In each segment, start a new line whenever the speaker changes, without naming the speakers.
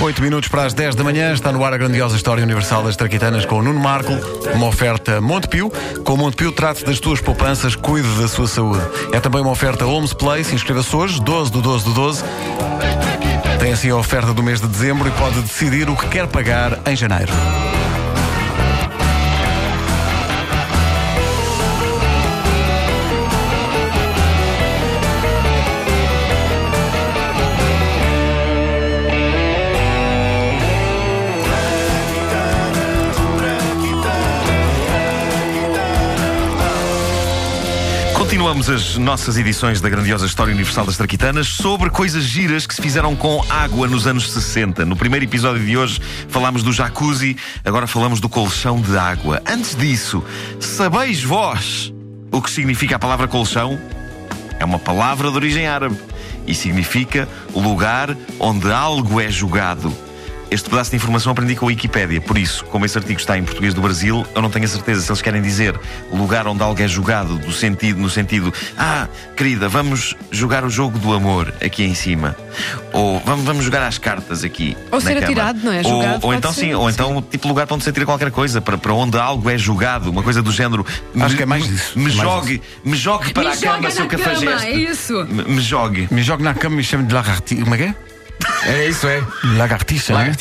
8 minutos para as 10 da manhã, está no ar a grandiosa história universal das Traquitanas com o Nuno Marco, uma oferta Montepio. Com Montepio, trate das tuas poupanças, cuide da sua saúde. É também uma oferta Holmes Place, inscreva-se hoje, 12 do 12 do 12. Tem assim a oferta do mês de dezembro e pode decidir o que quer pagar em janeiro.
Continuamos as nossas edições da grandiosa história universal das Traquitanas sobre coisas giras que se fizeram com água nos anos 60. No primeiro episódio de hoje falámos do jacuzzi, agora falamos do colchão de água. Antes disso, sabeis vós o que significa a palavra colchão? É uma palavra de origem árabe e significa lugar onde algo é jogado. Este pedaço de informação aprendi com a Wikipédia, por isso, como esse artigo está em português do Brasil, eu não tenho a certeza se eles querem dizer lugar onde algo é jogado, do sentido, no sentido, ah, querida, vamos jogar o jogo do amor aqui em cima. Ou vamos, vamos jogar às cartas aqui.
Ou
na
ser
cama."
atirado, não é?
Ou-
Jogado
ou,
pode
então
ser,
sim, ou
sim.
então tipo lugar para onde se atira qualquer coisa, para, para onde algo é jogado, uma coisa do género.
Acho
"Me-
que é mais
me-
isso,
Me
é mais
jogue, me jogue para
Me
a cama,
joga
seu
na cama, é
cafajeste.
isso.
Me, me jogue.
Me jogo na cama e me chamo de lagartixa. Como é que é?
É isso, é.
Lagartixa, né?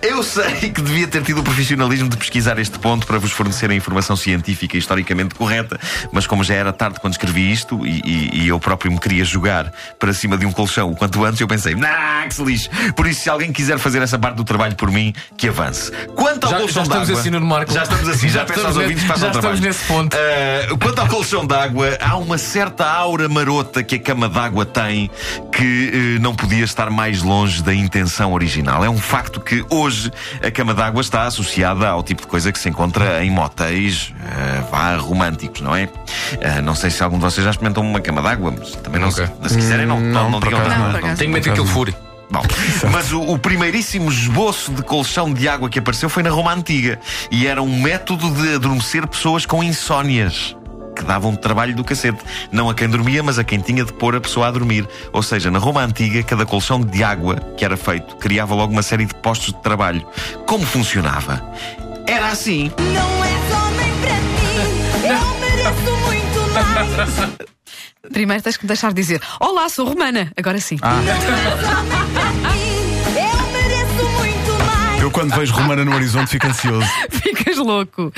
Eu sei que devia ter tido o profissionalismo de pesquisar este ponto para vos fornecer a informação científica e historicamente correta, mas como já era tarde quando escrevi isto e, e- e eu próprio me queria jogar para cima de um colchão o quanto antes, eu pensei, nah, que se lixe. Por isso, se alguém quiser fazer essa parte do trabalho por mim, que avance. Quanto ao
Já- já
colchão
estamos
d'água-
assim, Nuno Marco.
Já estamos assim, já,
Já
peço aos
estamos ne-
ouvintes que façam
já
o trabalho.
estamos nesse ponto.
Uh, quanto ao colchão d'água, há uma certa aura marota que a cama d'água tem que uh, não podia estar mais longe da intenção original. É um facto que hoje a cama d'água está associada ao tipo de coisa que se encontra em motéis uh, vá românticos, não é? Uh, não sei se algum de vocês já experimentou uma cama d'água, mas também não
Nunca.
se, se quiserem, não, não,
não,
não
por
digam
acaso
nada.
não.
Não-
acaso.
Tenho medo que aquilo fure.
Bom, mas o, o primeiríssimo esboço de colchão de água que apareceu foi na Roma Antiga e era um método de adormecer pessoas com insónias. Que davam trabalho do cacete. Não a quem dormia, mas a quem tinha de pôr a pessoa a dormir. Ou seja, na Roma Antiga, cada colchão de água que era feito criava logo uma série de postos de trabalho. Como funcionava? Era assim.
Não és homem para mim, eu mereço muito mais.
Primeiro tens que me deixar dizer: Olá, sou romana. Agora sim.
Ah.
Não és homem para mim, eu mereço muito mais.
Eu quando vejo Romana no horizonte fico ansioso.
Ficas louco.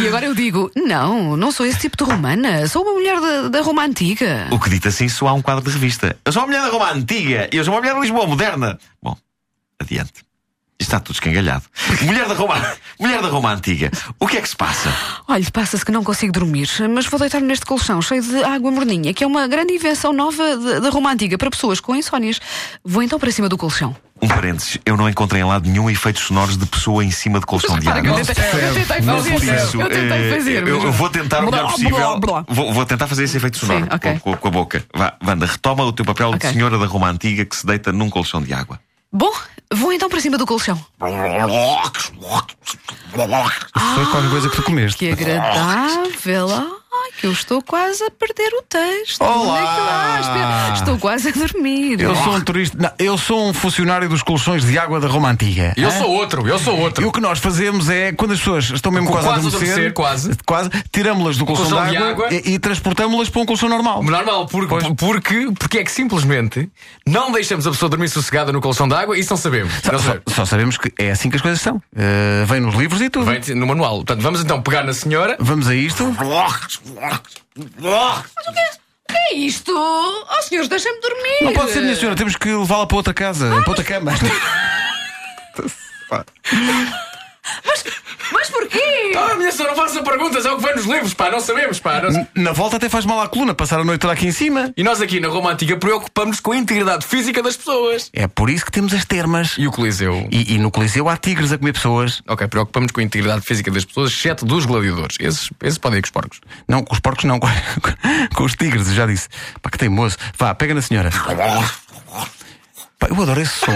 E agora eu digo: Não, não sou esse tipo de romana. Sou uma mulher da, da Roma antiga.
O que dito assim soa a um quadro de revista. Eu sou uma mulher da Roma antiga e eu sou uma mulher de Lisboa moderna. Bom, adiante. Está tudo escangalhado. Mulher da Roma, mulher da Roma antiga. O que é que se passa?
Olha, passa-se que não consigo dormir, mas vou deitar-me neste colchão cheio de água morninha, que é uma grande invenção nova de- da Roma antiga para pessoas com insónias. Vou então para cima do colchão.
Um parênteses, eu não encontrei em lado nenhum efeitos sonoros de pessoa em cima de colchão de
Repara que eu
água.
tentei- eu tentei fazer.
Isso,
Eu tentei
eh,
fazer.
eu- eu,
mas-
vou tentar o melhor
Blá,
possível.
blá, blá.
Vou, vou tentar fazer esse efeito sonoro
Sim, ok.
com, com- com a boca. Vá, Wanda, retoma o teu papel
Ok.
de senhora da Roma antiga que se deita num colchão de água.
Bom, vou então para cima do colchão.
Foi qualquer coisa que tu comeste.
Que agradável. Ai, que eu estou quase a perder o texto.
Olá.
Onde é que eu- Ah, espera, Estou quase a dormir.
Eu sou um turista. Não, eu sou um funcionário dos colchões de água da Roma Antiga.
Eu
Hã?
sou outro, eu sou
E o
outro.
que nós fazemos é, quando as pessoas estão mesmo
Com-
quase, a
quase
adormecer,
adormecer, quase.
quase tirámo-las do colchão,
Colchão
de
de
água,
água.
e, e transportámo-las para um colchão normal.
Normal, porque,
Pois.
porque, porque é que simplesmente não deixamos a pessoa dormir sossegada no colchão de água, isso não sabemos.
Só,
Não
só-
sabemos.
só sabemos que é assim que as coisas são. Uh, vem nos livros e tudo.
Vem no manual. Portanto, vamos então pegar na senhora.
Vamos a isto.
O que é isto? Oh, senhores, deixem-me dormir.
Não pode ser, minha senhora, temos que levá-la para outra casa, para outra cama.
Mas porquê?
Ah, minha senhora, não faça perguntas, é o que vem nos livros, pá, não sabemos, pá. não-
Na volta até faz mal à coluna, passar a noite lá aqui em cima.
E nós aqui na Roma Antiga preocupamos-nos com a integridade física das pessoas.
É por isso que temos as termas.
E o Coliseu?
E, e no Coliseu há tigres a comer pessoas.
Ok, preocupamos-nos com a integridade física das pessoas, exceto dos gladiadores. Esses, esses podem ir com os porcos.
Não, com os porcos não, com, com os tigres, eu já disse. Pá, que teimoso. Vá, pega na senhora. Pá, eu adoro esse som.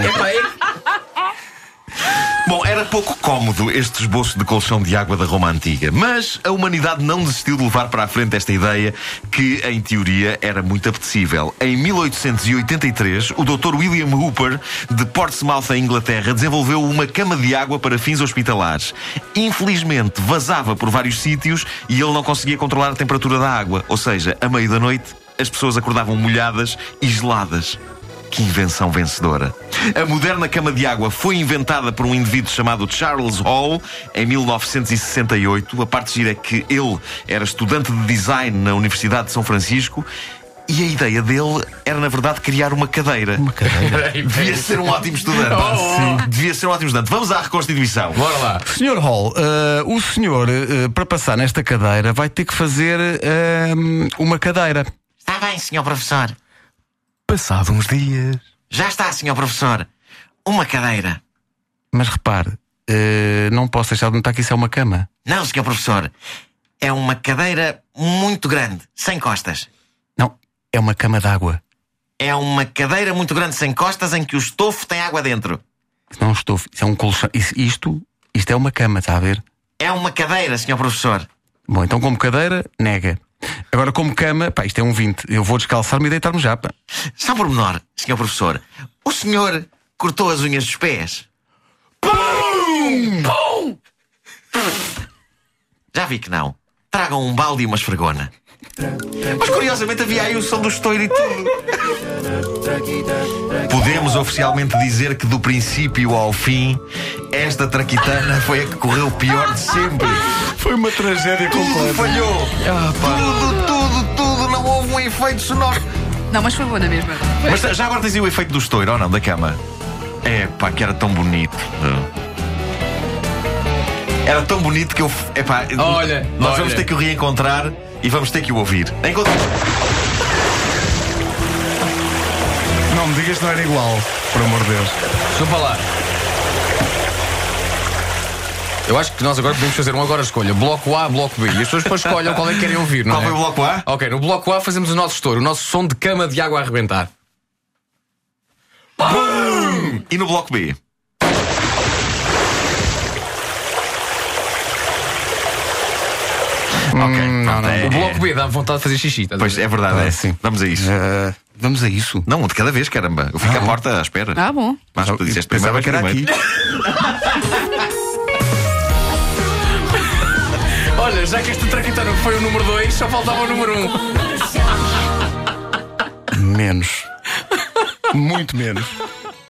Bom, era Era pouco cómodo este esboço de colchão de água da Roma Antiga, mas a humanidade não desistiu de levar para a frente esta ideia que, em teoria, era muito apetecível. Em 1883, o Dr. William Hooper, de Portsmouth, em Inglaterra, desenvolveu uma cama de água para fins hospitalares. Infelizmente, vazava por vários sítios e ele não conseguia controlar a temperatura da água, ou seja, a meio da noite, as pessoas acordavam molhadas e geladas. Que invenção vencedora! A moderna cama de água foi inventada por um indivíduo chamado Charles Hall em 1968. A parte gira é que ele era estudante de design na Universidade de São Francisco e a ideia dele era, na verdade, criar uma cadeira. Uma cadeira? Devia ser um ótimo estudante. Devia ser um ótimo estudante. Vamos à reconstituição.
Bora lá.
Senhor Hall, eh, o senhor, eh, para passar nesta cadeira, vai ter que fazer eh, uma cadeira.
Está bem, senhor professor.
Passado uns dias.
Já está, senhor professor. Uma cadeira.
Mas repare, eh, não posso deixar de notar que isso é uma cama.
Não, senhor professor. É uma cadeira muito grande, sem costas.
Não, é uma cama d'água.
É uma cadeira muito grande sem costas em que o estofo tem água dentro.
Isso Não estou. Isso é um colchão. Isso- isto, isto é uma cama, está a ver?
É uma cadeira, senhor professor.
Bom, então como cadeira, nega. Agora, como cama, pá, isto é um 20. Eu vou descalçar-me e deitar-me já. Pá.
Só por menor, senhor professor. O senhor cortou as unhas dos pés. Já vi que não. Tragam um balde e uma esfregona. Mas curiosamente havia aí o som do estouro e tudo.
Podemos oficialmente dizer que do princípio ao fim, esta traquitana foi a que correu pior de sempre.
Foi uma tragédia
Tudo falhou. tudo, tudo, tudo. Não houve um efeito sonoro.
Não, mas foi boa na mesma.
Mas já agora tens aí o efeito do estouro, ou não, da cama? É pá, que era tão bonito. Era tão bonito que eu. É pá,
Olha,
nós
olha.
vamos ter que o reencontrar e vamos ter que o ouvir. Encontra-
Não me digas que não era igual, por amor de Deus.
Desculpa lá. Eu acho que nós agora podemos fazer um agora escolha. Bloco A, bloco B. E as pessoas depois escolham qual é que querem ouvir, não
Qual
é?
foi o bloco A?
Ok, no bloco A fazemos o nosso estouro, o nosso som de cama de água a arrebentar.
E no bloco B? ok,
não,
pronto, é-
O bloco B dá vontade de fazer xixi. estás a
Pois
ver?
é verdade,
Ah,
é.
sim.
Vamos a isso.
Eh, vamos a isso.
Não, um de cada vez, caramba. Eu fico à porta à espera.
Ah, bom.
Mas tu disseste primeiro,
Pensava
vais
que era
primeiro.
aqui.
é.
Olha, já que este traquitano foi o número 2, só faltava o número 1. Um.
Menos. Muito menos.